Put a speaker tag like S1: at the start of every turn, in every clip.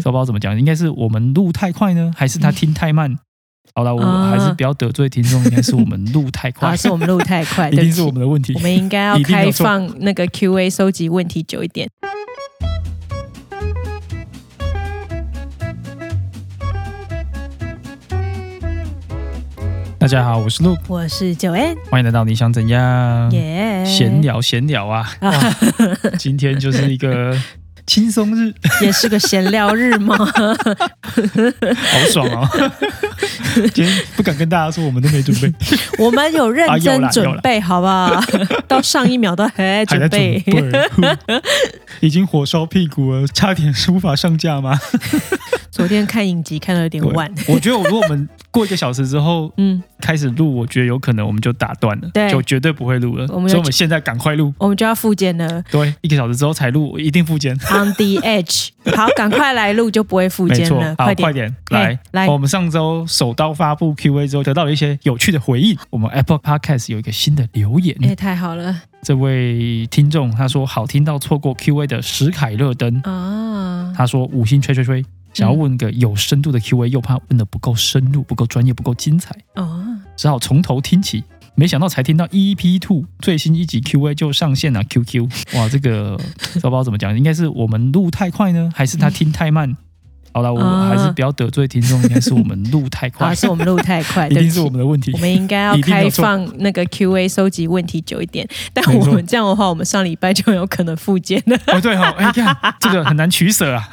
S1: 糟糕，怎么讲？应该是我们录太快呢，还是他听太
S2: 嗯
S1: 慢？好了，我
S2: 啊
S1: 还是不要得罪听众，应该是我们录太 快
S2: 啊，，是我们录太快，
S1: 一
S2: 对
S1: 定
S2: 不
S1: 是
S2: 起
S1: 我，们的问题
S2: 我。们应该要
S1: 一定有
S2: 开
S1: 错
S2: 放那个 Q&A 收集问题久一点。
S1: 大家好，我是 Luke，
S2: 我是九 N，
S1: 欢迎来到你想怎样
S2: 耶，
S1: 嗯闲聊闲聊啊！ 哇今天就是一个轻松 日，
S2: 也是个闲聊日 吗？
S1: 好爽 哦！今天不敢跟大家说我们都没准备，
S2: 我们有认
S1: 啊有
S2: 真
S1: 啦有
S2: 准
S1: 啦
S2: 备，好不好？ 到上一秒都
S1: 还
S2: 还在
S1: 在
S2: 准
S1: 准
S2: 备，
S1: 备，已经火烧屁股了，差点是无法上架 吗？
S2: 昨天看影集看了有点
S1: 对
S2: 晚，
S1: 我觉得，如果我们过一个小时之后
S2: 嗯，
S1: 开始录，我觉得有可能我们就打断了，
S2: 对
S1: 就绝对不会录了。
S2: 我们就
S1: 所以我们现在赶快录，
S2: 我们就要复健了。
S1: 对，一个小时之后才录，我一定复健。
S2: On the edge，好，赶快来录就不会复
S1: 没
S2: 健
S1: 错
S2: 了，，
S1: 好，
S2: 快
S1: 快
S2: 点。
S1: 点
S2: 哎嘿
S1: 来哦
S2: 来
S1: 我们上周首刀发布 Q&A 之后，得到了一些有趣的回应。我们 Apple Podcast 有一个新的留言，
S2: 哎，太好了
S1: 这位听众他说好听到错过 Q&A 的史凯勒登，
S2: 啊！
S1: 他说五星吹吹吹，想
S2: 嗯
S1: 要问个有深度的 Q&A，又怕问的不够深入、不够专业、不够精彩。
S2: 哦，
S1: 只好从头听起。没想到才听到 EP Two 最新一集 Q&A 就上线了 QQ，哇，这个糟糕怎么讲？应该是我们录太快呢，还是他听太慢？好了，我
S2: 啊
S1: 还是不要得罪听众，应该是我们录太快
S2: 啊，，是我们录太快，
S1: 一
S2: 对
S1: 定
S2: 不
S1: 是
S2: 起
S1: 我。们的问题
S2: 我。们应该要
S1: 一定有
S2: 开
S1: 错
S2: 放那个 Q&A 收集问题久一 点，但
S1: 没
S2: 我
S1: 错
S2: 们这样的话，我们上礼拜就有可能复健了，
S1: 哦，对哈、哦，哎看这个很难取舍啊！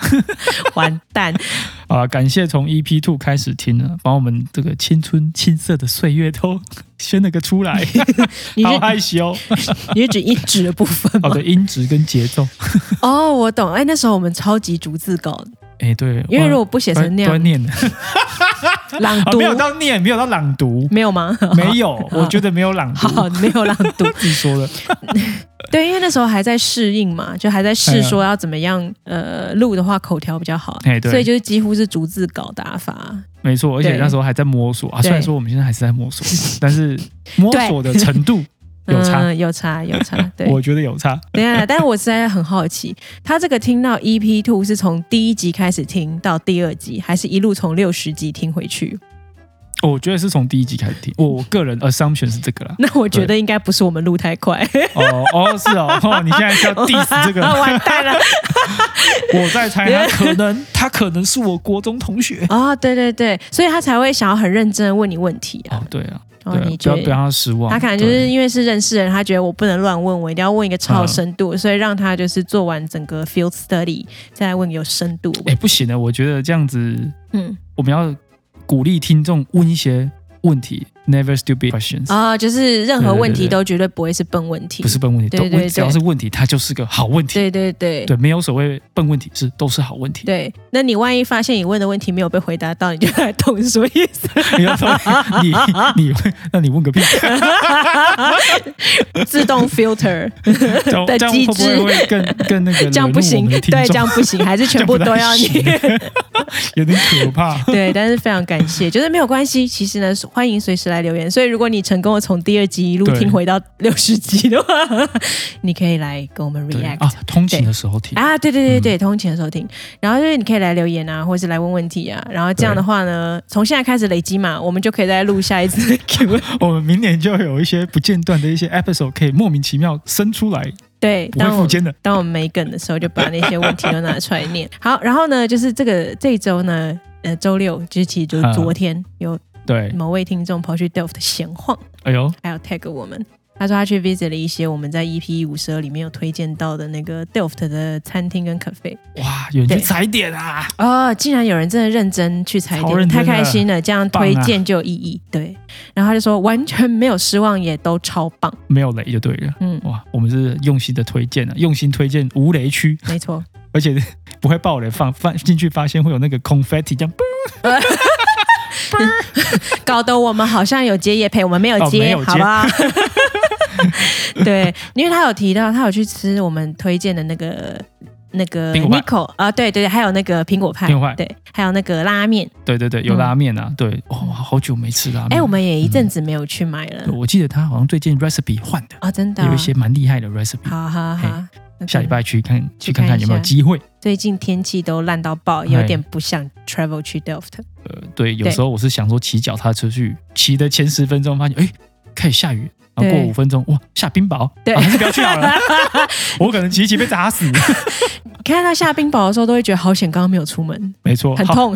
S2: 完 蛋！
S1: 啊，感谢从 EP Two 开始听了，把我们这个青春青涩的岁月都 宣了个出来，
S2: 你
S1: 好
S2: 是
S1: 害羞。
S2: 你是指音质的部分
S1: 好
S2: 吗？
S1: 的音质跟节奏，
S2: 哦，我懂。哎，那时候我们超级逐字稿，
S1: 哎，对，
S2: 因为如果不写
S1: 写
S2: 成那样
S1: 念的，
S2: 朗
S1: 啊
S2: 读
S1: 没有到念，没有到朗读，
S2: 没有吗？
S1: 没有，我觉得没有朗读。
S2: 好，没有朗 读。
S1: 自己说的，
S2: 对，因为那时候还在适应嘛，就还在
S1: 哎
S2: 试
S1: 呀
S2: 说要怎么样，呃，录的话口条比较好
S1: 哎，对
S2: 所以就是几乎是逐字稿打法。
S1: 没错，而且
S2: 对
S1: 那时候还在摸索啊。
S2: 对
S1: 虽然说我们现在还是在摸 索，但是摸索的程度有差，
S2: 嗯，有差，有 差。对，
S1: 我觉得有差。
S2: 等一下，但是我实在很好奇，他这个听到 EP two 是从第一集开始听到第二集，还是一路从六十集听回去？
S1: 我觉得是从第一集开始听，我我个人 assumption 是这个啦
S2: 。那我觉得应该不是我们录太快，
S1: 哦哦，是哦， 哦你现在是要 diss 这个，
S2: 完 蛋了
S1: 我在猜他可能他可能是我国中同 学。
S2: 啊、对对对，所以他才会想要很认真地问你问题啊。
S1: 哦，对啊，对
S2: 哦
S1: 啊，
S2: 你
S1: 不
S2: 觉
S1: 要不要
S2: 得
S1: 让他失望。
S2: 他可能就是
S1: 对
S2: 因为是认识人，他觉得我不能乱问，我一定要问一个超有深度，
S1: 嗯
S2: 所以让他就是做完整个 field study 再来问有深度的
S1: 哎
S2: 问。
S1: 不行的，我觉得这样子
S2: 嗯
S1: 我们要鼓励听众问一些问题，never stupid questions。
S2: 啊、就是任何问
S1: 对对
S2: 题
S1: 对
S2: 都绝对不会是笨问题
S1: 不。是笨问题，
S2: 对
S1: 都
S2: 对对
S1: 只要是问题，它就是个好问题。
S2: 对对对。
S1: 对，没有所谓笨问题，是都是好问题。
S2: 对，那你万一发现你问的问题没有被回答到，你就来懂是什么意思？
S1: 你要说你你，那你问个屁！
S2: 自 动 filter，
S1: 这样
S2: 的
S1: 这样
S2: 机
S1: 会不会
S2: 制
S1: 会更更那个
S2: 这
S1: 惹
S2: 样
S1: 怒
S2: 不
S1: 我
S2: 行，
S1: 们的听
S2: 对，这
S1: 众
S2: 样不行，还是全部都要
S1: 这
S2: 你。
S1: 样不太行 有点可怕。
S2: 对，但是非常感谢，就是没有关系。其实呢，欢迎随时来留言。所以，如果你成功的从第二集一路
S1: 对
S2: 听回到六十集的话， 你可以来跟我们
S1: 对
S2: react
S1: 啊，嗯通勤的时候听，
S2: 啊，对对对对，通勤的时候听，然后就是你可以来留言啊，或者是来问问题啊，然后这样的话呢，从现在开始累积嘛，我们就可以再录下一次 Q。
S1: 我们明年就有一些不间断的一些 episode 可以莫名其妙生出来，
S2: 对，
S1: 不会
S2: 当我
S1: 复健的。
S2: 当我们没梗的时候，就把那些问题都拿出来念。好，然后呢，就是这个这一周呢，呃，周六，就是其实就是昨天，有
S1: 对，
S2: 某位听众跑去 Delft 闲晃，
S1: 哎呦，
S2: 还有 tag 我们。他说他去 visit 了一些我们在 EP 五十二里面有推荐到的那个 Delft 的餐厅跟 cafe
S1: 哇，有人去
S2: 对
S1: 踩点啊！
S2: 哦，竟然有人真的认真去踩
S1: 超认真
S2: 点，太
S1: 的
S2: 开心了，这样
S1: 棒啊
S2: 推荐就有意义。对，然后他就说完全没有失望，也都超棒。
S1: 没有雷就对了。
S2: 嗯，
S1: 哇，我们是用心的推荐啊，用心推荐无雷区。
S2: 没错，
S1: 而且 不会爆雷，放放进去发现会有那个 confetti 这样，
S2: 嗯搞得我们好像有接夜配，我们没有
S1: 哦没
S2: 接，
S1: 有接
S2: 好 不好？ 对，因为他有提到，他有去吃我们推荐的那个那个
S1: 苹果派
S2: Nico 啊，对对对，还有那个苹果派，
S1: 苹果派
S2: 对，还有那个拉面。
S1: 对对对，有拉面啊，对，哇、我好久没吃拉面。
S2: 哎，我们也一阵子没有去买了
S1: 嗯对我记得他好像最近 recipe 换的，
S2: 啊，真的啊
S1: 有一些蛮厉害的 recipe。
S2: 好好好
S1: 嘿，
S2: OK
S1: 哎下礼拜去看去
S2: 去
S1: 看
S2: 看
S1: 看
S2: 一
S1: 有没有
S2: 下
S1: 机会。
S2: 最近天气都烂到爆，
S1: 哎
S2: 有点不想 travel 去 Delft。
S1: 呃，对，有
S2: 对
S1: 时候我是想说骑脚踏车去，骑的前十分钟发现，哎，开始下雨，然后过
S2: 对
S1: 五分钟，哇，下冰雹，
S2: 对
S1: 啊还是不要去好 了，我可能骑一骑被砸死。
S2: 看到下冰雹的时候，都会觉得好险，刚刚没有出门，
S1: 没错，
S2: 很
S1: 哦好，
S2: 痛。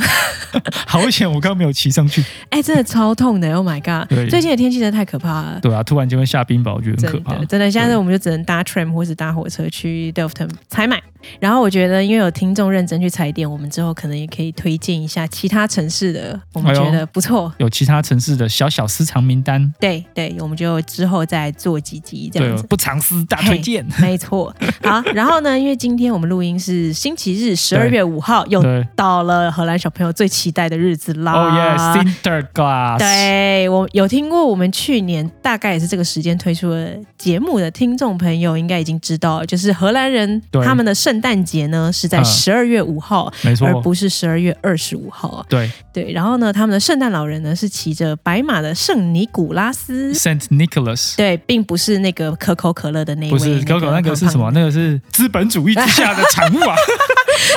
S1: 好险，我刚刚没有骑上去。
S2: 哎、真的超痛的，Oh my god！
S1: 对
S2: 最近的天气真的太可怕了。
S1: 对啊，突然间会下冰雹，我觉得很可
S2: 真
S1: 怕哎
S2: 的，。真的，下次
S1: 对
S2: 我们就只能搭 tram 或是搭火车去 Delft 采买。然后我觉得，因为有听众认真去踩点，我们之后可能也可以推荐一下其他城市的，我们觉
S1: 哎
S2: 得不错。
S1: 有其他城市的小小私藏名单，
S2: 对对，我们就之后再做几集这
S1: 对
S2: 样，子。
S1: 不藏私大推荐。
S2: 没
S1: 哦
S2: 错，好，然后呢？因为今天我们录音是星期日，十二月五号，又
S1: 对，
S2: 到了荷兰小朋友最期待的日子啦。
S1: 哦耶，Sinterglass，，
S2: 啊对我有听过，我们去年大概也是这个时间推出的节目的听众朋友，应该已经知道了，就是荷兰人
S1: 对
S2: 他们的圣诞节呢是在
S1: 嗯
S2: 十二月五号，
S1: 没错
S2: 而，呃不是十二月二十五号啊。
S1: 对
S2: 对，然后呢，他们的圣诞老人呢是骑着白马的圣尼古拉斯，
S1: ，Saint Nicholas。
S2: 对，并不是那个可口可乐的那一位，
S1: 不是
S2: 那
S1: 可
S2: 个
S1: 可那个是什
S2: 胖
S1: 么？
S2: 胖的？
S1: 那个是资本主义之下的产物啊！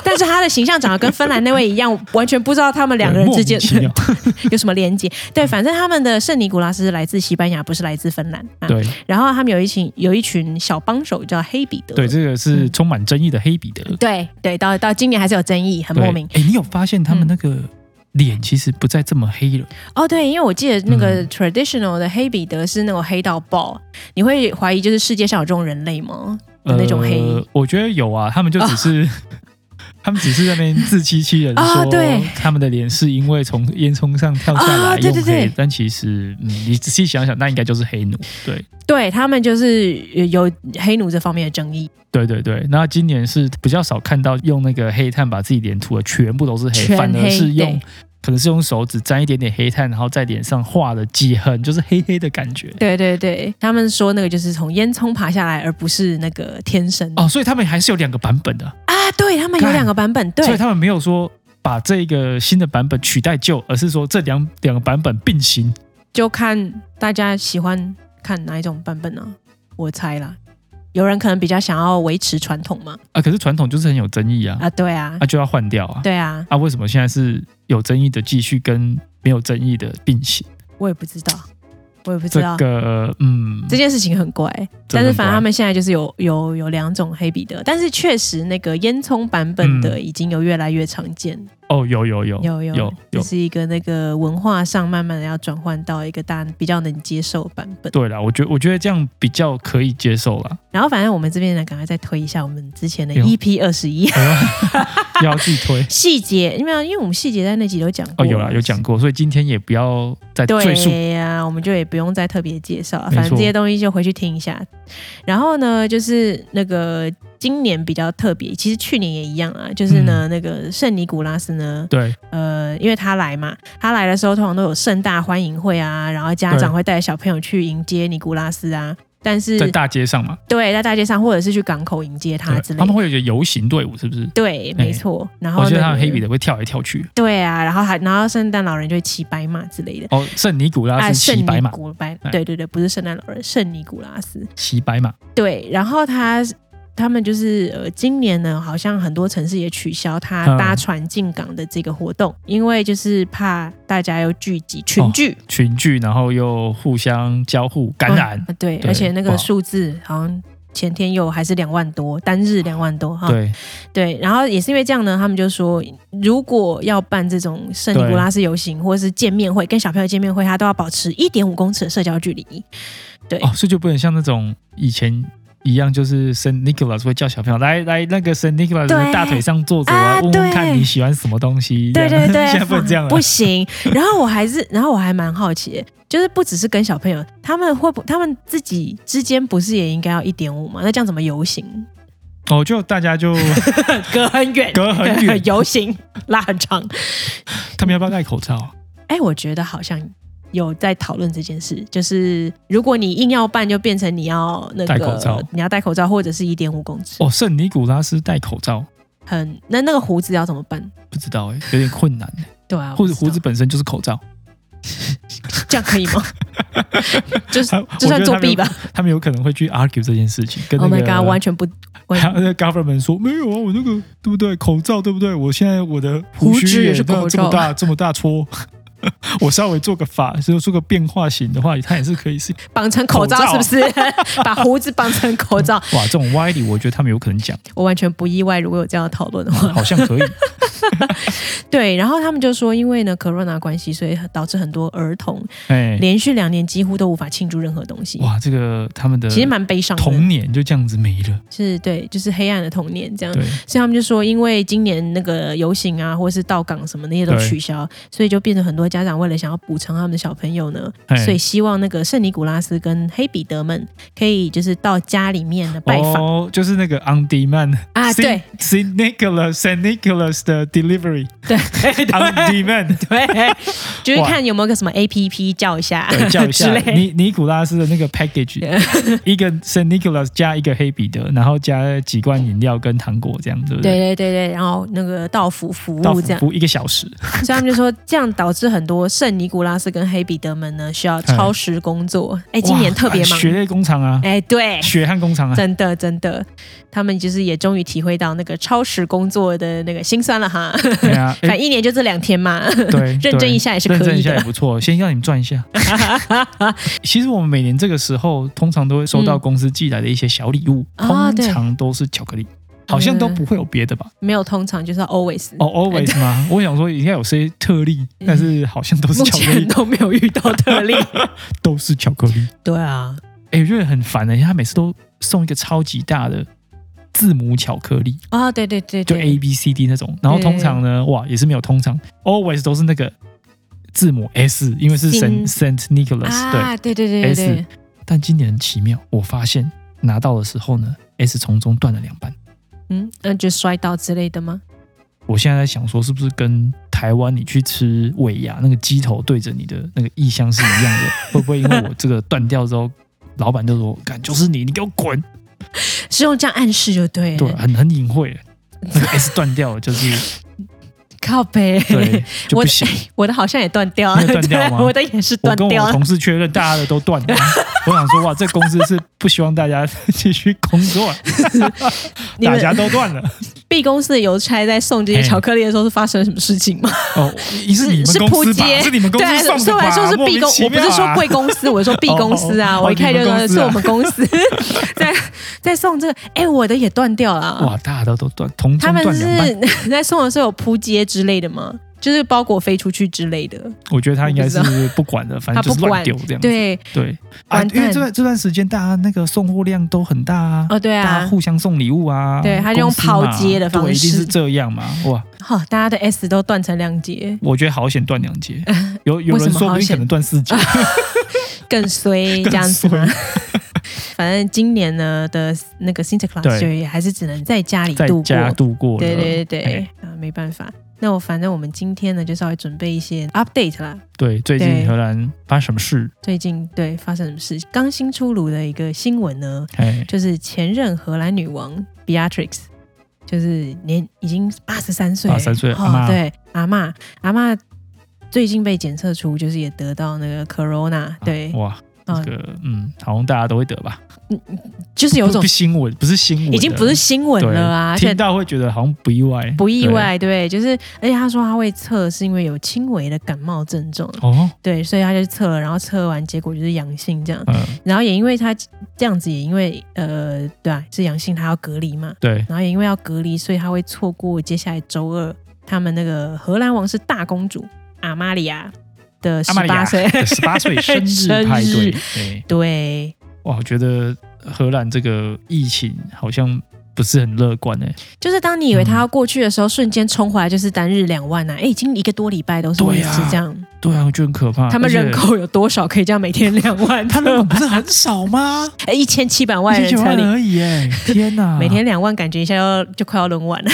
S2: 但是他的形象长得跟芬兰那位一样，完全不知道他 们两个人 之间
S1: 莫名其妙
S2: 有什么连接。对，反正他们的圣尼古拉斯是来自西班牙，不是来自芬兰。啊、
S1: 对
S2: 然后他们有一群有一群小帮手叫黑彼得，
S1: 对，这个是充满争议的黑彼得，
S2: 对对到到今年还是有争议，嗯很
S1: 对
S2: 莫名。
S1: 哎，你有发现他们
S2: 嗯
S1: 那个脸其实不再这么黑了？
S2: 哦。对，因为我记得那个
S1: 嗯
S2: traditional 的黑彼得是那种黑到爆，你会怀疑就是世界上有这种人类吗？有那种黑
S1: 呃，我觉得有啊，他们就只是。 他们只是在那边自欺欺人，
S2: 啊
S1: 说
S2: 对
S1: 他们的脸是因为从烟囱上跳下来
S2: 啊对
S1: 用
S2: 对
S1: 黑
S2: 对，
S1: 但其实嗯你仔细想想，那应该就是黑奴。对
S2: 对他们就是呃有黑奴这方面的争议，
S1: 对对对，那今年是比较少看到用那个黑炭把自己脸涂的全部都是黑，
S2: 全
S1: 反而
S2: 黑
S1: 是用
S2: 对
S1: 可能是用手指沾一点点黑炭，然后在脸上画了几痕，就是黑黑的感觉。
S2: 对对对，他们说那个就是从烟囱爬下来，而不是那个天生
S1: 哦，所以他们还是有两个版本的，
S2: 啊。对他们有
S1: 干
S2: 两个版本，
S1: 所
S2: 对
S1: 以他们没有说把这个新的版本取代旧，而是说这两两个版本并行。
S2: 就看大家喜欢看哪一种版本呢、啊我猜啦，有人可能比较想要维持传统嘛。
S1: 啊，可是传统就是很有争议啊，
S2: 啊，对啊
S1: 啊，就要换掉啊。
S2: 对啊，
S1: 啊，为什么现在是有争议的继续跟没有争议的并行？
S2: 我也不知道，我也不知
S1: 这
S2: 道。
S1: 个嗯，
S2: 这件事情很怪，
S1: 真
S2: 但
S1: 的
S2: 是
S1: 很
S2: 反正
S1: 怪
S2: 他们现在就是有有有两种黑彼得，但是确实那个烟囱版本的已经有越来越常见，
S1: 嗯哦，有有有
S2: 有有
S1: 有
S2: 这
S1: 有，
S2: 是一个那个文化上慢慢的要转换到一个大家比较能接受版本。
S1: 对啦，我觉得我觉得这样比较可以接受啦。
S2: 然后反正我们这边呢，赶快再推一下我们之前的
S1: 哎呦
S2: EP 二十一
S1: 又要自己推
S2: 细节，因为因为我们细节在那集都讲
S1: 哦，
S2: 过，
S1: 有啦有讲。过，所以今天也不要再呃赘述。
S2: 对呀、我们就也不用再特别介绍了，
S1: 没错
S2: 反正这些东西就回去听一下。然后呢，就是那个今年比较特别，其实去年也一样啊，就是
S1: 嗯
S2: 呢，那个圣尼古拉斯呢，
S1: 对
S2: 呃，因为他来嘛，他来的时候通常都有盛大欢迎会啊，然后家长会带小朋友去迎接尼古拉斯啊。但是
S1: 在大街上嘛，
S2: 对，在大街上或者是去港口迎接他
S1: 对
S2: 之类
S1: 他们
S2: 的。
S1: 会有一个游行队伍，是不是？
S2: 对，
S1: 哎
S2: 没错。然后
S1: 我觉得
S2: 那
S1: 他们
S2: 个
S1: 黑彼得会跳来跳去。
S2: 对啊，然后还然后圣诞老人就会骑白马之类的。
S1: 哦，圣尼古拉
S2: 啊，
S1: 斯骑
S2: 圣
S1: 白
S2: 尼
S1: 马，
S2: 古白
S1: 哎，
S2: 对对对，不是圣诞老人，圣尼古拉斯。
S1: 骑白马。
S2: 对，然后他他们就是呃，今年呢，好像很多城市也取消他
S1: 嗯
S2: 搭船进港的这个活动，因为就是怕大家又聚集群聚、
S1: 群聚，然后又互相交互感染。
S2: 啊对，
S1: 哦对
S2: 而且那
S1: 不
S2: 个
S1: 好
S2: 数字好像。前天又还是两万多，单日两万多哈。
S1: 对，
S2: 对然后也是因为这样呢，他们就说，如果要办这种圣尼古拉斯游行或是见面会，跟小朋友见面会，他都要保持一点五公尺的社交距离。对
S1: 哦，所以就不能像那种以前一样，就是 Saint Nicholas 会叫小朋友来来那个 Saint Nicholas
S2: 对
S1: 的大腿上坐着啊，
S2: 啊
S1: 问问看
S2: 对
S1: 你喜欢什么东西。
S2: 对
S1: 这样
S2: 对对，
S1: 现在不能这样了。
S2: 不行。然后我还是，然 后我还蛮好奇的，就是不只是跟小朋友，他们会不，他们自己之间不是也应该要一点五吗？那这样怎么游行？
S1: 哦，就大家就
S2: 隔很远
S1: 隔很远
S2: 游行拉很长。
S1: 他们要不要戴口罩？
S2: 哎，我觉得好像。有在讨论这件事，就是如果你硬要办，就变成你要那个
S1: 戴口罩
S2: 你要戴口罩，或者是一点五公尺，
S1: 哦，圣尼古拉斯戴口罩，
S2: 很那那个胡子要怎么办？
S1: 不知道哎、有点困难。
S2: 对啊，
S1: 或者
S2: 我不知
S1: 胡
S2: 道
S1: 子本身就是口 罩，
S2: 这样 可以吗？就是
S1: 啊我
S2: 就算
S1: 觉得
S2: 作弊吧
S1: 他们有可能会去 argue 这件事情，跟那
S2: ，Oh my
S1: 个
S2: god，完全不关
S1: 然后 那 government 说没有啊，我那个对不对？口罩对不对？我现在我的
S2: 胡
S1: 须
S2: 子也
S1: 也
S2: 是
S1: 这么
S2: 口
S1: 这么
S2: 罩
S1: 大 这么大撮，我稍微做个发，就做个变化型的话，它也是可以是
S2: 绑成口罩是不是？ 把胡子绑成口罩，
S1: 哇，这种歪理我觉得他们有可能 讲，
S2: 我完全不意外。如果有这样的讨论的话，
S1: 好像可以。
S2: 对。然后他们就说，因为呢，corona 关系，所以导致很多儿童
S1: 哎，
S2: 连续两年几乎都无法庆祝任何东西，
S1: 哇，这个他们的
S2: 其实蛮悲伤的，
S1: 童年就这样子没了，
S2: 是对，就是黑暗的童年这样。
S1: 对，
S2: 所以他们就说，因为今年那个游行啊，或者是到港什么那些都
S1: 对
S2: 取消，所以就变成很多家长为了想要补偿他们的小朋友呢，
S1: 哎
S2: 所以希望那个圣尼古拉斯跟黑彼得们可以就是到家里面呢拜访、
S1: 哦，就是那个 on demand
S2: 啊，
S1: Saint-
S2: 对
S1: ，Saint Nicholas Saint Nicholas 的 delivery
S2: 对
S1: on
S2: 对
S1: demand，
S2: 对，就是
S1: 哇
S2: 看有没有个什么 A P P 叫一下，
S1: 对，叫一下
S2: 之类
S1: 尼尼古拉斯的那个 package，一 个 Saint Nicholas 加一个黑彼得，然后加几罐饮料跟糖果，这样对不
S2: 对
S1: 对？
S2: 对对对，然后那个到府服
S1: 到
S2: 务这样，
S1: 服务一个小时，
S2: 所以他们就说这样导致很多圣尼古拉斯跟黑彼得们呢需要超时工作，哎，今年
S1: 嗯哇
S2: 特别忙，
S1: 血泪工厂啊，
S2: 哎，对，
S1: 血汗工厂啊，
S2: 真的真的，他们就是也终于体会到那个超时工作的那个辛酸了哈。
S1: 对啊，
S2: 反
S1: 哎
S2: 正一年就这两天嘛，
S1: 对，
S2: 认真一
S1: 对
S2: 下也是
S1: 认
S2: 可
S1: 真一
S2: 以
S1: 下也
S2: 的。
S1: 不错，先让你们赚一下。其实我们每年这个时候，通常都会收到
S2: 嗯
S1: 公司寄来的一些小礼物，
S2: 啊
S1: 通常都是巧克力，好像都不会有别的吧？
S2: 没有通常就是要 always，、
S1: 哦、a l w a y s 吗？我想说应该有些特例，
S2: 嗯
S1: 但是好像都是
S2: 目
S1: 巧克
S2: 前
S1: 力，
S2: 都没有遇到特 例。
S1: 都是巧克力。
S2: 对啊，
S1: 哎、我觉得很烦的、因为他每次都送一个超级大的字母巧克力，
S2: 啊对对对
S1: 就
S2: 对
S1: A B C D 那种，然后通常呢，哇，也是没有通常，always 都是那个字母 S，因为是 Saint Saint Nicholas 对。
S2: 啊对对对对
S1: S
S2: 对，
S1: 但今年很奇妙，我发现拿到的时候呢，S 从中断了两半。
S2: 嗯，那就摔倒之类的吗？
S1: 我现在在想说，是不是跟台湾你去吃尾牙那个鸡头对着你的那个意向是一样 的？会不会因为我这个断掉之后，老板就说：“干就是你，你给我滚
S2: 是用这样暗示就对！”了。
S1: 对，啊很很隐晦，那个 S 断掉了， 就是
S2: 靠背。
S1: 对就不
S2: 我的
S1: 行。
S2: 我的好像也断掉
S1: 你有
S2: 了，
S1: 断掉吗
S2: 对我的也是
S1: 我
S2: 断
S1: 跟
S2: 掉
S1: 我
S2: 了。
S1: 同事确认，大家的都断了。我想说，哇，这公司是不希望大家继续工作，
S2: 你
S1: 大家
S2: 们
S1: 都断了。
S2: B 公司的邮差在送这些巧克力的时候是发生了什么事情吗？
S1: 哦，一是你们
S2: 是
S1: 公司
S2: 扑街
S1: 吧？是你们公
S2: 对
S1: 司
S2: 啊，
S1: 送
S2: 虽
S1: 的吧？
S2: 然说是 B 公，我不是说贵
S1: 贵，
S2: 公司，我说 B 公司啊，
S1: 啊 哦哦
S2: 我一开
S1: 哦
S2: 始就说
S1: 你
S2: 是我
S1: 们
S2: 们公 司在在送这个，哎，我的也断掉了啊。
S1: 哇，大家都都断，同
S2: 他
S1: 中
S2: 们
S1: 断两半。
S2: 是 在送的时候有扑街之类的吗？就是包裹飞出去之类的，
S1: 我觉得他应该
S2: 我不
S1: 是不管 的，反
S2: 他
S1: 正就
S2: 不
S1: 是乱
S2: 管
S1: 丢这样子。
S2: 对，
S1: 对啊，
S2: 完
S1: 因为
S2: 蛋
S1: 这段这段时间大家那个送货量都很大啊。
S2: 哦，对
S1: 大家
S2: 啊，
S1: 互相送礼物啊，
S2: 对他就用
S1: 公司嘛
S2: 抛接的方
S1: 对一定
S2: 式
S1: 是这样嘛？哇，
S2: 好，大家的 S 都断成两截，
S1: 我觉得好险断两节，有有
S2: 为什
S1: 人
S2: 么
S1: 说
S2: 好
S1: 不定可
S2: 险
S1: 能断四节，
S2: 更衰 这
S1: 更
S2: 样子吗
S1: 衰？
S2: 反正今年呢的那个 Santa Claus
S1: 对
S2: 就也还是只能在家里
S1: 在
S2: 度过
S1: 家，度过了。
S2: 对对对对
S1: 哎，
S2: 啊，没办法。那我反正我们今天呢，就稍微准备一些 update 啦。
S1: 对，最
S2: 对
S1: 近荷兰发生什么事？
S2: 最近对发生什么事？刚新出炉的一个新闻呢，
S1: 哎，
S2: 就是前任荷兰女王 Beatrix，就是年已经八十三岁了，
S1: 83岁阿
S2: 哦
S1: 嬷，
S2: 对，阿嬷，阿嬷最近被检测出就是也得到那个 corona，对，
S1: 哇，
S2: 啊
S1: 这个嗯，好像大家都会得吧？
S2: 就是有
S1: 不
S2: 种
S1: 不新闻，不是新闻了，
S2: 已经不是新闻了啊，而
S1: 对
S2: 且
S1: 听到会觉得好像不意外，
S2: 不意外，对，就是而且他说他会测是因为有轻微的感冒症状，
S1: 对。哦，
S2: 对，所以他就测了，然后测完结果就是阳性这样。
S1: 嗯，
S2: 然后也因为他这样子，也因为呃，对啊，是阳性，他要隔离嘛。
S1: 对，
S2: 然后也因为要隔离，所以他会错过接下来周二他们那个荷兰王室大公主阿玛里亚的十
S1: 阿玛利
S2: 八
S1: 亚
S2: 岁。
S1: 十八岁生日
S2: 生
S1: 派对
S2: 日，
S1: 对，
S2: 对，
S1: 哇，我觉得荷兰这个疫情好像不是很乐观哎、
S2: 就是当你以为他要过去的时候，瞬间冲回来就是单日两万啊！哎，已经一个多礼拜都是维持这样。
S1: 对啊，我觉得很可怕。
S2: 他们
S1: 而且
S2: 人，口有多少可以这样每天两万？
S1: 他人口不是很少吗？
S2: 哎一千七百万
S1: 一
S2: 人
S1: 千九
S2: 才
S1: 万
S2: 领，
S1: 而已哎、天哪！
S2: 每天两万，感觉一下要就快要轮完了。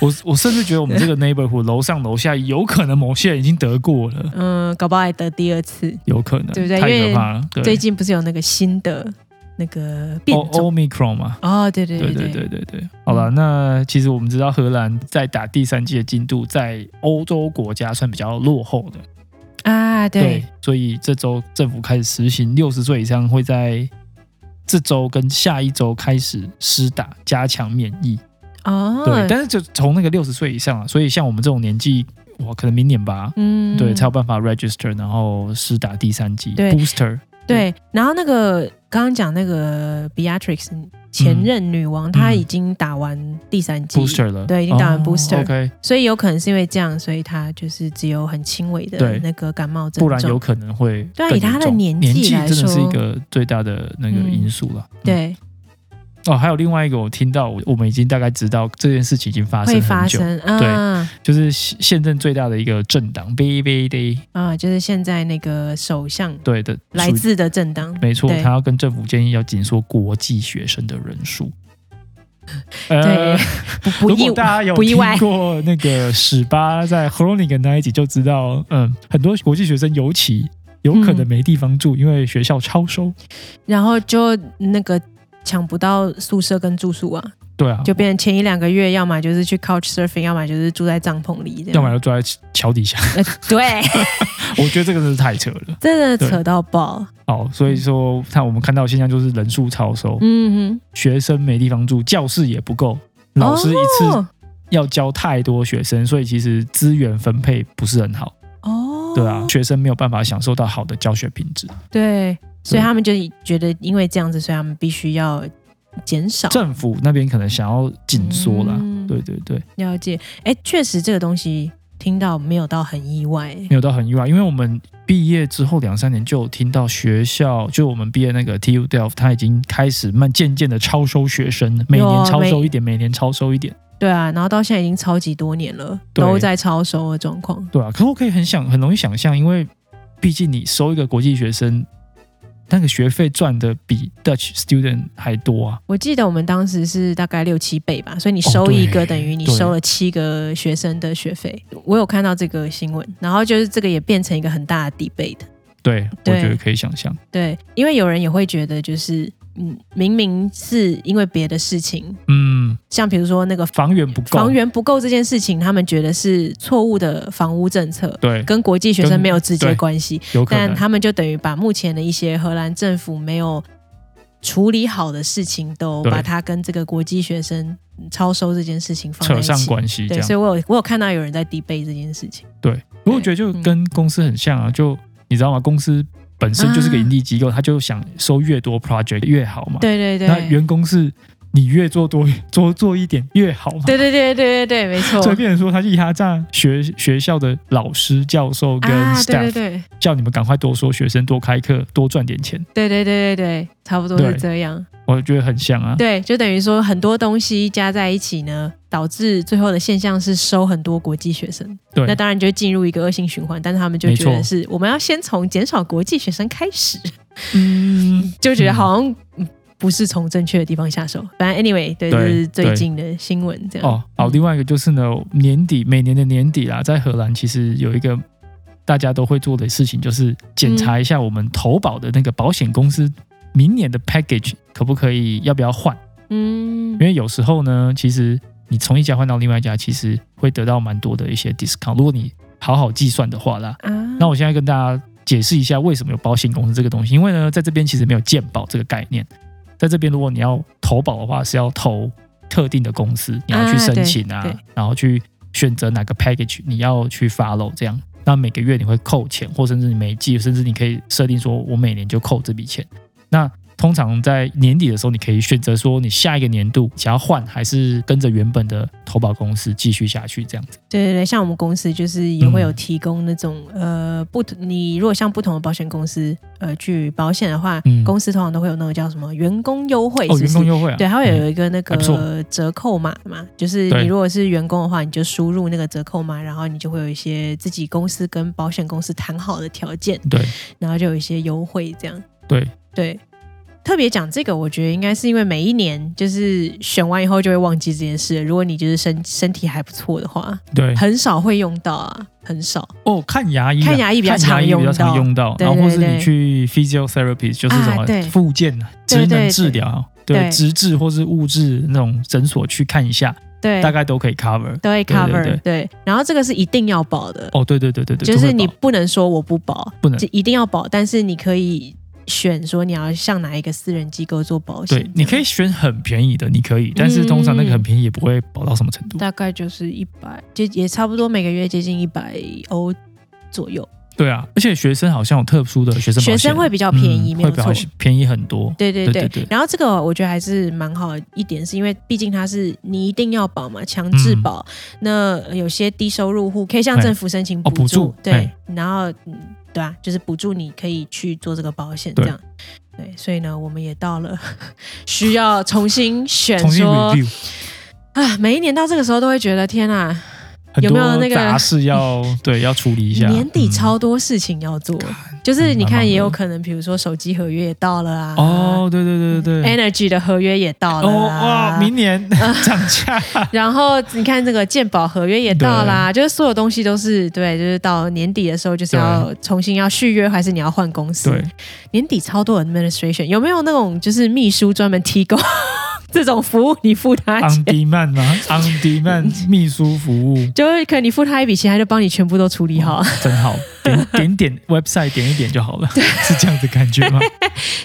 S1: 我我甚至觉得我们这个 neighborhood 楼上楼下有可能某些人已经得过了，
S2: 嗯，搞不好还得第二次。
S1: 有可能，
S2: 对不对
S1: 太
S2: 因为
S1: 可怕了。
S2: 最
S1: 对
S2: 近不是有那个新的那个变种？
S1: ，O Omicron 嘛，
S2: 哦，对对
S1: 对
S2: 对
S1: 对
S2: 嗯
S1: 对对对，好了，那其实我们知道荷兰在打第三季的进度，在欧洲国家算比较落后的，
S2: 啊，对，
S1: 所以这周政府开始实行六十岁以上会在这周跟下一周开始施打加强免疫。
S2: 哦，
S1: 对，但是就从那个六十岁以上啊，所以像我们这种年纪，哇，可能明年吧，
S2: 嗯
S1: 对，才有办法 register，然后施打第三剂
S2: 对
S1: booster。
S2: 对，然后那个刚刚讲那个 Beatrix 前任女
S1: 嗯
S2: 王，她已经打完第三剂
S1: booster 了，
S2: 对已经打完
S1: 哦
S2: booster
S1: OK，
S2: 所以有可能是因为这样，所以她就是只有很轻微的
S1: 对
S2: 那个感冒症
S1: 不
S2: 状。
S1: 然有可能会
S2: 对啊
S1: 更
S2: 以他的
S1: 严重
S2: 年
S1: 年
S2: 纪来
S1: 真的是
S2: 说
S1: 一个最大的那个
S2: 嗯
S1: 因素了。嗯
S2: 对
S1: 哦，还有另外一个，我听到我我们已经大概知道这件事情已经发生
S2: 会
S1: 很
S2: 发
S1: 久，
S2: 生啊
S1: 就是现现任最大的一个政党 b b d
S2: 啊，就是现在那个首相
S1: 对的，
S2: 来
S1: 属于
S2: 自的 政党，
S1: 没错，
S2: 对
S1: 他要跟政府建议要紧缩国际学生的人数。
S2: 对
S1: 呃，
S2: 不
S1: 如
S2: 意
S1: 果大家有
S2: 不意
S1: 听
S2: 外
S1: 过那个史巴在 h r o n i g 那一集，就知道，嗯，很多国际学生尤其有可能
S2: 嗯
S1: 没地方住，因为学校超收。
S2: 然后就那个抢不到宿舍跟住宿啊，
S1: 对啊，
S2: 就变成前一两个月，要么就是去 Couch Surfing，要么就是住在帐篷里这样。
S1: 要么就住在桥底下。
S2: 呃对，
S1: 我觉得这个真是太扯了。
S2: 真的
S1: 对哦
S2: 扯到爆。
S1: 好，所以说，看我们看到的现象就是人数超收，
S2: 嗯
S1: 学生没地方住，教室也不够，
S2: 哼，
S1: 老师一次
S2: 哦
S1: 要教太多学生，所以其实资源分配不是很好。
S2: 哦，
S1: 对啊，学生没有办法享受到好的教学品质。
S2: 对，所
S1: 对
S2: 以他们就觉得因为这样子，所以他们必须要减少
S1: 政府那边可能想要紧缩啦，
S2: 嗯
S1: 对对对，
S2: 了解。哎，确实这个东西听到没有到很意外，
S1: 没有到很意外，因为我们毕业之后两三年就有听到学校，就我们毕业那个 TU Delft，它已经开始慢渐渐的超收学生了，每
S2: 有啊
S1: 年超收
S2: 每
S1: 一点，每年超收一点，
S2: 对啊，然后到现在已经超级多年了，
S1: 对
S2: 都在超收的状况。
S1: 对啊，可是我可以很想很容易想象，因为毕竟你收一个国际学生，那个学费赚的比 Dutch student 还多啊，
S2: 我记得我们当时是大概六七倍吧，所以你
S1: 哦
S2: 收一个
S1: 对
S2: 等于你
S1: 对
S2: 收了七个学生的学费。我有看到这个新闻，然后就是这个也变成一个很大的 debate。
S1: 对，
S2: 对
S1: 我觉得可以想象，
S2: 对，因为有人也会觉得就是，嗯，明明是因为别的事情，
S1: 嗯，
S2: 像比如说那个
S1: 房源不够，
S2: 房源不够这件事情，他们觉得是错误的房屋政策，
S1: 对，
S2: 跟国际学生没有直接
S1: 对
S2: 关系，
S1: 有可
S2: 但
S1: 能，
S2: 他们就等于把目前的一些荷兰政府没有处理好的事情，都
S1: 对
S2: 把它跟这个国际学生超收这件事情放在
S1: 扯
S2: 一
S1: 上
S2: 起。
S1: 关系这
S2: 对，
S1: 样
S2: 所。以我有我有看到有人在 debate 这件事情。
S1: 对，不过我觉得就跟公司很
S2: 嗯
S1: 像啊，就你知道吗？公司本身就是个盈利机构，他就想收越多 project 越好嘛。
S2: 啊对对对，
S1: 那员工是你越做多 多做一点越好嘛。
S2: 对对对对对对，没错。
S1: 所以变成说他是压榨学学校的老师、教授跟
S2: 啊，对对
S1: staff，、
S2: 对
S1: 叫你们赶快多收学生、多开课、多赚点钱。
S2: 对对对对对，差不多是
S1: 对
S2: 这样。
S1: 我觉得很像啊。
S2: 对，就等于说很多东西加在一起呢，导致最后的现象是收很多国际学生。
S1: 对
S2: 那当然就进入一个恶性循环，但是他们就
S1: 没
S2: 觉得
S1: 错
S2: 是我们要先从减少国际学生开始。
S1: 嗯，
S2: 就觉得好像嗯不是从正确的地方下手。反正 anyway，
S1: 对
S2: 对，这是最近的新闻这样。
S1: 哦，好，
S2: 嗯
S1: 另外一个就是呢，年底每年的年底啦，在荷兰其实有一个大家都会做的事情，就是检查一下我们投保的那个保险公司明年的 package 可不可以要不要换，
S2: 嗯
S1: 因，为有时候呢，其实你从一家换到另外一家，其实会得到蛮多的一些 discount，如果你好好计算的话啦。
S2: 啊，
S1: 那我现在跟大家解释一下为什么有保险公司这个东西，因为呢，在这边其实没有健保这个概念，在这边如果你要投保的话，是要投特定的公司，你要去申请啊，
S2: 对对
S1: 然后去选择哪个 package 你要去 follow 这样。那每个月你会扣钱，或甚至你没记，甚至你可以设定说，我每年就扣这笔钱。那通常在年底的时候，你可以选择说，你下一个年度想要换，还是跟着原本的投保公司继续下去这样子。
S2: 对对对，像我们公司就是也会有
S1: 嗯
S2: 提供那种、呃不同，你如果像不同的保险公司呃去保险的话，
S1: 嗯
S2: 公司通常都会有那个叫什么员工优惠，
S1: 哦，
S2: 是不
S1: 员
S2: 是
S1: 工优惠啊，
S2: 对，它会
S1: 嗯
S2: 有一个那
S1: 还不
S2: 个
S1: 错
S2: 折扣码嘛，就是
S1: 对
S2: 你如果是员工的话，你就输入那个折扣码，然后你就会有一些自己公司跟保险公司谈好的条件，
S1: 对
S2: 然后就有一些优惠这样。
S1: 对，
S2: 对，特别讲这个，我觉得应该是因为每一年就是选完以后就会忘记这件事了。如果你就是身身体还不错的话，
S1: 对，
S2: 很少会用到啊，很少。
S1: 哦，看牙医啊，
S2: 看牙医比较常
S1: 看牙医
S2: 用
S1: 比较常
S2: 到
S1: 用到，
S2: 对
S1: 然后或是
S2: 对对
S1: 你去 physiotherapy，就是什
S2: 啊
S1: 么
S2: 对
S1: 复健、
S2: 对
S1: 职
S2: 对
S1: 能治疗，
S2: 对
S1: 对，植治或是物质那种诊所去看一下，
S2: 对，
S1: 大概都可以 cover。
S2: 都会 cover
S1: 对对
S2: 然后这个是一定要保的，
S1: 哦，对对对对对，
S2: 就
S1: 都
S2: 是
S1: 会
S2: 你
S1: 保
S2: 不能说我不保，
S1: 不能
S2: 就一定要保，但是你可以选说你要向哪一个私人机构做保险
S1: 对，，你可以选很便宜的，你可以，但
S2: 嗯
S1: 是通常那个很便宜也不会保到什么程度。
S2: 大概就是一百，就也差不多每个月接近一百欧左右。
S1: 对啊，而且学生好像有特殊的学生保险
S2: 学生会比较便宜
S1: 嗯
S2: 没有
S1: 会比较
S2: 错
S1: 便宜很多。
S2: 对对
S1: 对
S2: 对，
S1: 对对
S2: 然后这个我觉得还是蛮好一点，是因为毕竟它是你一定要保嘛，强制保。那有些低收入户可以向政府申请
S1: 哦补
S2: 助，
S1: 助
S2: 对
S1: 嗯哎，
S2: 然后嗯对啊，就是补助你可以去做这个保险这
S1: 对
S2: 样。对，所以呢，我们也到了 需要重新选
S1: 重新
S2: 说
S1: review
S2: 啊，每一年到这个时候都会觉得天啊，
S1: 很
S2: 有没有
S1: 多
S2: 那个
S1: 杂事 要对要处理一下。
S2: 年底
S1: 嗯
S2: 超多事情要做，就是
S1: 蛮
S2: 你
S1: 忙
S2: 看
S1: 的
S2: 也有可能，比如说手机合约也到了啊，
S1: 哦，对对对对对。
S2: Energy 的合约也到了、
S1: 哦
S2: 啊
S1: 哇，明 年涨价，
S2: 然后你看这个鉴宝合约也到啦，就是所有东西都是对，就是到年底的时候就是要重新要续约，还是你要换公司？
S1: 对，
S2: 年底超多 administration，有没有那种就是秘书专门提供 这种服务？你付他
S1: on
S2: 钱，
S1: demand 吗？on demand 秘书服务，哦
S2: 就是可能你付他一笔钱，他就帮你全部都处理好。
S1: 真好，点点点 website 点一点就好了，是这样子感 觉吗？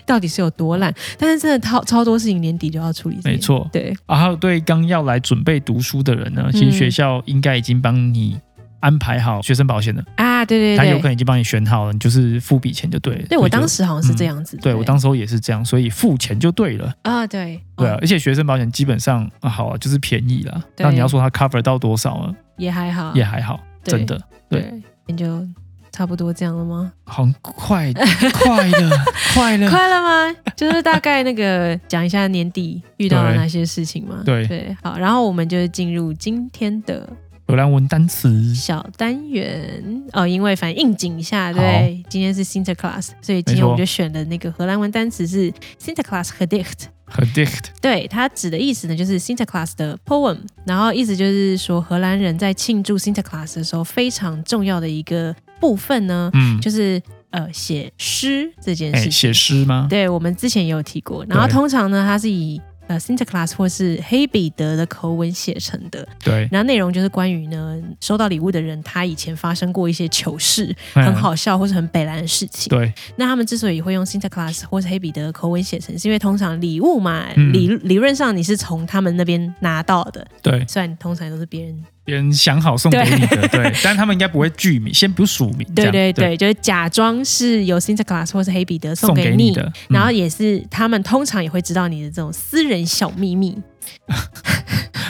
S2: 到底是有多烂？但是真的超超多事情年底就要处理，
S1: 没，错。
S2: 对，
S1: 然后对刚要来准备读书的人呢，其实
S2: 嗯
S1: 学校应该已经帮你安排好学生保险了，
S2: 啊，对对
S1: 他有
S2: 对
S1: 可能已经帮你选好了，你就是付笔钱就对了。
S2: 对
S1: 所
S2: 我
S1: 以就
S2: 当时好像是这样子，
S1: 嗯对我当时候也是这样，所以付钱就对了。
S2: 啊，对，
S1: 对啊
S2: 哦，
S1: 而且学生保险基本上啊，好啊，就是便宜啦。
S2: 对
S1: 那你要说它 cover 到多少呢？
S2: 也还好，
S1: 也还好，
S2: 对
S1: 真的，对，
S2: 那就差不多这样了吗？
S1: 好像快 快了，快了。
S2: 快了吗？就是大概那个讲一下年底遇到了哪些事情嘛。
S1: 对
S2: 对，好，然后我们就进入今天的
S1: 荷兰文单词，
S2: 小单元哦，因为反正应景一下，对，今天是 Sinterklaas，所以
S1: 没
S2: 今天
S1: 错
S2: 我们就选的那个荷兰文单词是 Sinterklaas gedicht。
S1: 很 dict，
S2: 对，它指的意思呢，就是 Sinterklaas 的 poem，然后意思就是说，荷兰人在庆祝 Sinterklaas 的时候，非常重要的一个部分呢，
S1: 嗯，
S2: 就是呃写诗这件
S1: 哎，
S2: 事情。
S1: 写诗吗？
S2: 对，我们之前也有提过。然后
S1: 对
S2: 通常呢，它是以呃 Sinterklaas 或是黑彼得的口吻写成的。
S1: 对，
S2: 然后内容就是关于呢，收到礼物的人他以前发生过一些糗事，
S1: 嗯
S2: 很，好笑或是很北蓝的事情。
S1: 对，
S2: 那他们之所以会用 Sinterklaas 或是黑彼得的口吻写成，是因为通常礼物嘛，
S1: 嗯
S2: 理理论上你是从他们那边拿到的，
S1: 对，
S2: 虽然通常都是别人。
S1: 别人想好送给你的，对， 但他们应该不会具名，先不署名，这
S2: 对
S1: 样
S2: 对，对，就是假装是由 Sinterklaas 或是黑彼得送
S1: 送
S2: 给
S1: 给
S2: 你。
S1: 你的，嗯
S2: 然后也是他们通常也会知道你的这种私人小秘密，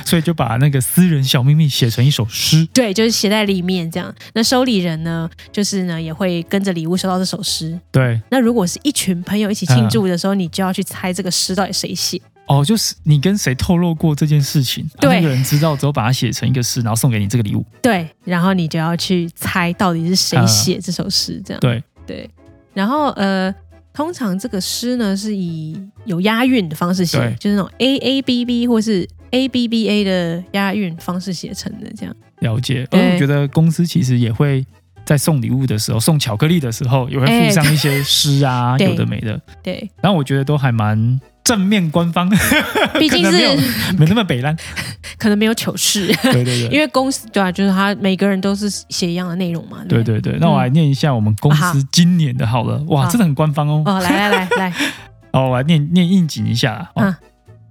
S1: 所以就把那个私人小秘密写成一首诗，
S2: 对，就是写在里面这样。那收礼人呢，就是呢也会跟着礼物收到这首诗。
S1: 对，
S2: 那如果是一群朋友一起庆祝
S1: 嗯
S2: 的时候，你就要去猜这个诗到底谁写。
S1: 哦，就是你跟谁透露过这件事情，啊
S2: 对
S1: 那个人知道之后把它写成一个诗，然后送给你这个礼物，
S2: 对，然后你就要去猜到底是谁
S1: 嗯
S2: 写这首诗这样。
S1: 对
S2: 对，然后呃。通常这个诗呢是以有押韵的方式写
S1: 对，
S2: 就是那种 A A B B 或是 A B B A 的押韵方式写成的这样。
S1: 了解。而
S2: 对
S1: 我觉得公司其实也会在送礼物的时候，送巧克力的时候，也会
S2: 哎
S1: 附上一些诗啊，
S2: 对
S1: 有的没的。
S2: 对，
S1: 然后我觉得都还蛮正面官方，
S2: 毕竟
S1: 可能没有
S2: 是
S1: 没那么北 烂。
S2: 可能没有糗事，
S1: 对对
S2: 因
S1: 对。
S2: 为公司对啊，就是他每个人都是写一样的内容嘛。
S1: 对
S2: 不对
S1: 对对，那我来念一下我们公
S2: 嗯好
S1: 司今年的好了，哇，
S2: 好
S1: 真的很官方哦。
S2: 哦，来来来来，
S1: 哦，我来念念应景一下啊。哦
S2: 嗯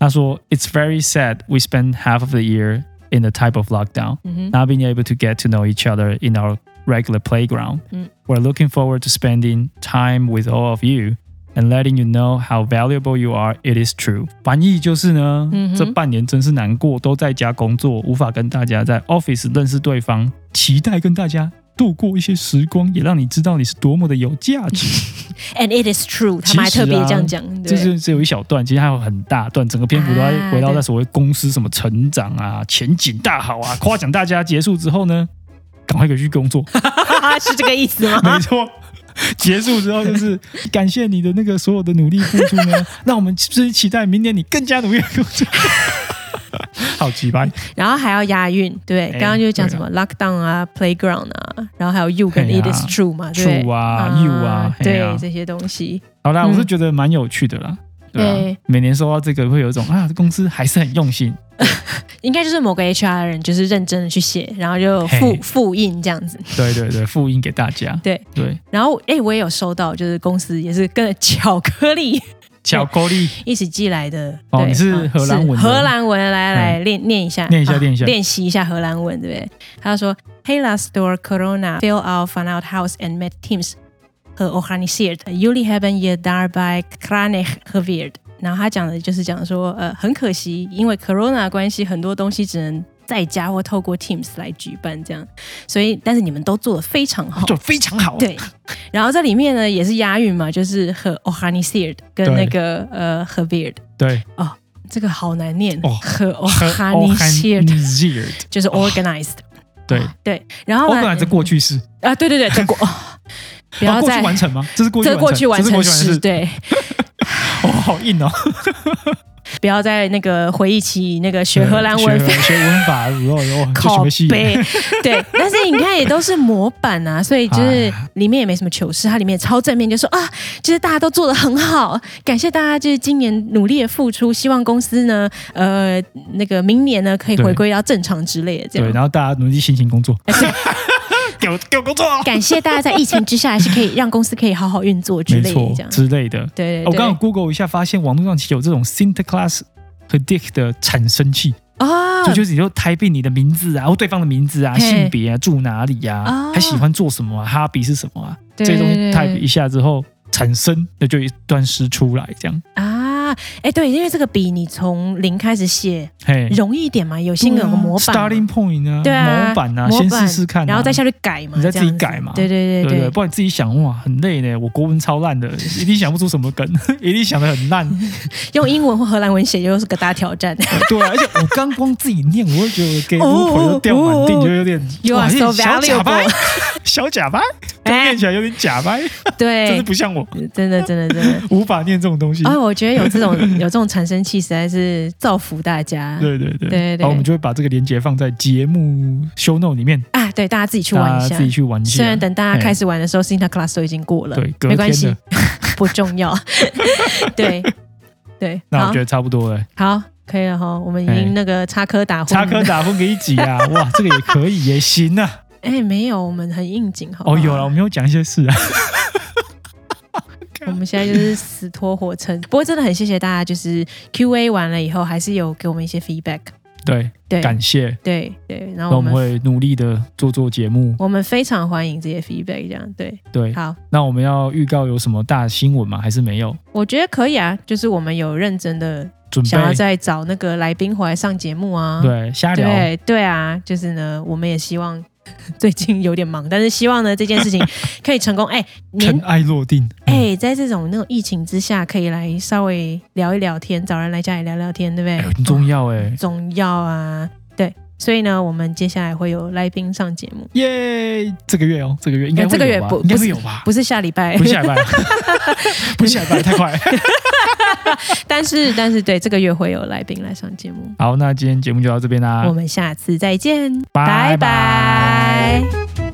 S1: 他说：“It's very sad we spend half of the year in the type of lockdown,
S2: 嗯哼，
S1: not being able to get to know each other in our regular playground.
S2: 嗯
S1: We're looking forward to spending time with all of you and letting you know how valuable you are. It is true.” 翻译就是呢，
S2: 嗯哼
S1: 这半年真是难过，都在家工作，无法跟大家在 office 认识对方，期待跟大家。度过一些时光，也让你知道你是多么的有价值。
S2: ，And it is true，他们还
S1: 其实
S2: 特
S1: 啊
S2: 别这样讲，嗯对
S1: 这是只有一小段，其实还有很大段，整个篇幅都
S2: 啊
S1: 在围绕
S2: 对
S1: 在所谓公司什么成长啊、前景大好啊、夸奖大家。结束之后呢，赶快回去工作。
S2: 是这个意思吗？
S1: 没错，结束之后就是感谢你的那个所有的努力付出呢，那我们是不是期待明年你更加努力地工作？ 好奇葩，
S2: 然后还要押韵，对，
S1: 哎
S2: 刚刚就讲什么 lockdown 啊，playground 啊，然后还有 you 跟
S1: 哎呀
S2: it is true 嘛，对不对啊
S1: true 啊啊，you 啊，嘿
S2: 对
S1: 啊
S2: 这些东西，
S1: 好啦，
S2: 嗯
S1: 我是觉得蛮有趣的啦。对啊
S2: 对
S1: 每年收到这个会有一种啊，公司还是很用心，
S2: 应该就是某个 HR 人就是认真的去写，然后就复
S1: 嘿
S2: 复印这样子。
S1: 对对对，复印给大家，
S2: 对
S1: 对，
S2: 然后哎、我也有收到，就是公司也是跟 巧克力
S1: 巧克力
S2: 一起寄来的。
S1: 哦
S2: 对
S1: 你是
S2: 嗯
S1: 荷兰文的
S2: 是荷兰文来来练念一下，
S1: 念一下
S2: 啊
S1: 念一下
S2: 练习一下荷兰文，对不对？他说：“Helaas door corona veel out van out house and met teams georganiseerd. Jullie hebben je daarbij kranig geweerd。”然后他讲的就是讲说，呃，很可惜，因为 corona 的关系，很多东西只能在家或透过 Teams 来举办这样，所以但是你们都做的非常好，
S1: 就非常好，啊
S2: 对，然后这里面呢也是押韵嘛，就是和 o h a n i s e r d 跟
S1: 对
S2: 那个呃 h e b e r d
S1: 对，
S2: 这个好难念
S1: 哦
S2: 和 o h a n i s e r d
S1: organized，
S2: 就是 organized，、
S1: 对
S2: 对，然后呢
S1: ，organized 是过去式，
S2: 啊，对 对对，这过、哦不
S1: 哦
S2: 要
S1: 过去
S2: 再、
S1: 完成吗？这是过去
S2: 这过去完
S1: 这是
S2: 成
S1: 过去完
S2: 式，
S1: 成式，
S2: 对，
S1: 哦，好硬哦，
S2: 不要再那个回忆起那个学荷兰文
S1: 学学文法的时候，哦，这什
S2: 靠
S1: 么戏？
S2: 背，对，但是你看也都是模板啊，所以
S1: 哎
S2: 就是里面也没什么糗事，它里面超正面，就说啊，就是大家都做得很好，感谢大家就是今年努力的付出，希望公司呢，呃，那个明年呢可以
S1: 对
S2: 回归到正常之类的这
S1: 对，
S2: 样。
S1: 然后大家努力辛勤工 作，给我给我工作，
S2: 感谢大家在疫情之下还是可以让公司可以好好运作之
S1: 没
S2: 类的
S1: 错
S2: 这样。
S1: 之类的。
S2: 对对对，
S1: 我刚刚有 Google 一下，发现网络上其实有这种 Sinterklaas 和 Dick 的产生器，
S2: 啊
S1: 就就是你就 type in 你的名字啊，或对方的名字啊、
S2: 嘿
S1: 性别啊、住哪里啊
S2: 哦、
S1: 还喜欢做什么啊、哈比是什么啊，这
S2: 对
S1: 些东西
S2: 对对
S1: type 一下之后产生，那就一段诗出来这样。
S2: 啊，哎对，因为这个笔你从零开始写
S1: 嘿，
S2: 容易一点嘛，有新的有个模板嘛。
S1: 啊 starting point 啊，
S2: 对啊
S1: 模板啊，
S2: 模
S1: 先
S2: 板
S1: 试试看啊，
S2: 然后再下去改嘛，
S1: 你再
S2: 这样
S1: 自己改嘛
S2: 子对对
S1: 对
S2: 对
S1: 对，不然你自己想哇，很累呢。我国文超烂 的，一定想不出什么梗， 一定想的很烂。
S2: 用英文或荷兰文写又是个大挑 战。
S1: 对啊，而且我刚光自己念，我会觉得给乌腿都掉满地，
S2: 哦哦哦哦
S1: 就有点
S2: You
S1: 哇
S2: are
S1: 有点
S2: so
S1: 小假掰
S2: valuable，
S1: 小假掰，就
S2: 哎
S1: 念起来有点假掰，真
S2: 对
S1: 是，不像我，
S2: 真的真的 真的。
S1: 无法念这种东西。
S2: 哎，我觉得有这种有这种产生器，实在是造福大家。
S1: 对对对
S2: 对对对
S1: 好，我们就会把这个链接放在节目 show note 里面，
S2: 啊，对，大家自己去
S1: 大
S2: 玩一
S1: 家
S2: 下
S1: 自。己去玩一下。
S2: 虽然等大
S1: 哎
S2: 家开始玩的时候，Santa Claus 都已经过了，
S1: 对隔
S2: 没关
S1: 天
S2: 系
S1: 的，
S2: 不重 要。对对，
S1: 那我
S2: 好
S1: 觉得差不 多了，
S2: 好可以了哈，我们已
S1: 哎
S2: 经那个插科打诨了。
S1: 插科打诨给一集啊，哇，这个也可以，也 行啊。
S2: 哎，没有，我们很应景，好不好。
S1: 哦，有了，我们有讲一些事啊。
S2: 我们现在就是死拖活撑，不过真的很谢谢大家，就是 Q A 完了以后，还是有给我们一些 feedback，
S1: 对，
S2: 对
S1: 感谢，
S2: 对对，然
S1: 那
S2: 后
S1: 我
S2: 我
S1: 们
S2: 们我们
S1: 会努力的做做节目。
S2: 非常欢迎这些 feedback，这样对，
S1: 对，
S2: 好，
S1: 那我们要预告有什么大新闻吗？还是没有？
S2: 我觉得可以啊，就是我们有认真的
S1: 准备
S2: 想要再找那个来宾回来上节目啊，
S1: 对瞎聊，
S2: 对对啊，就是呢，我们也希望 最近有点忙，但是希望呢这件事情可以成功，哎，
S1: 尘
S2: 年。
S1: 埃落定。
S2: 哎、在这种那种疫情之下，可以来稍微聊一聊天，找人来家里聊聊天，对不对？
S1: 哎，很重要哎，
S2: 重要啊，对，所以呢，我们接下来会有来宾上节目，
S1: 耶！这个月哦，这个月应该
S2: 哎
S1: 会
S2: 这个
S1: 有
S2: 月
S1: 吧
S2: 不
S1: 应该
S2: 不
S1: 会
S2: 是
S1: 有吧？
S2: 不是下礼拜
S1: 不，是下礼拜，啊不是下礼拜，太快。
S2: 但是但是对，这个月会有来宾来上节目，
S1: 好，那今天节目就到这边啦
S2: 我，们下次再见，
S1: 拜
S2: 拜拜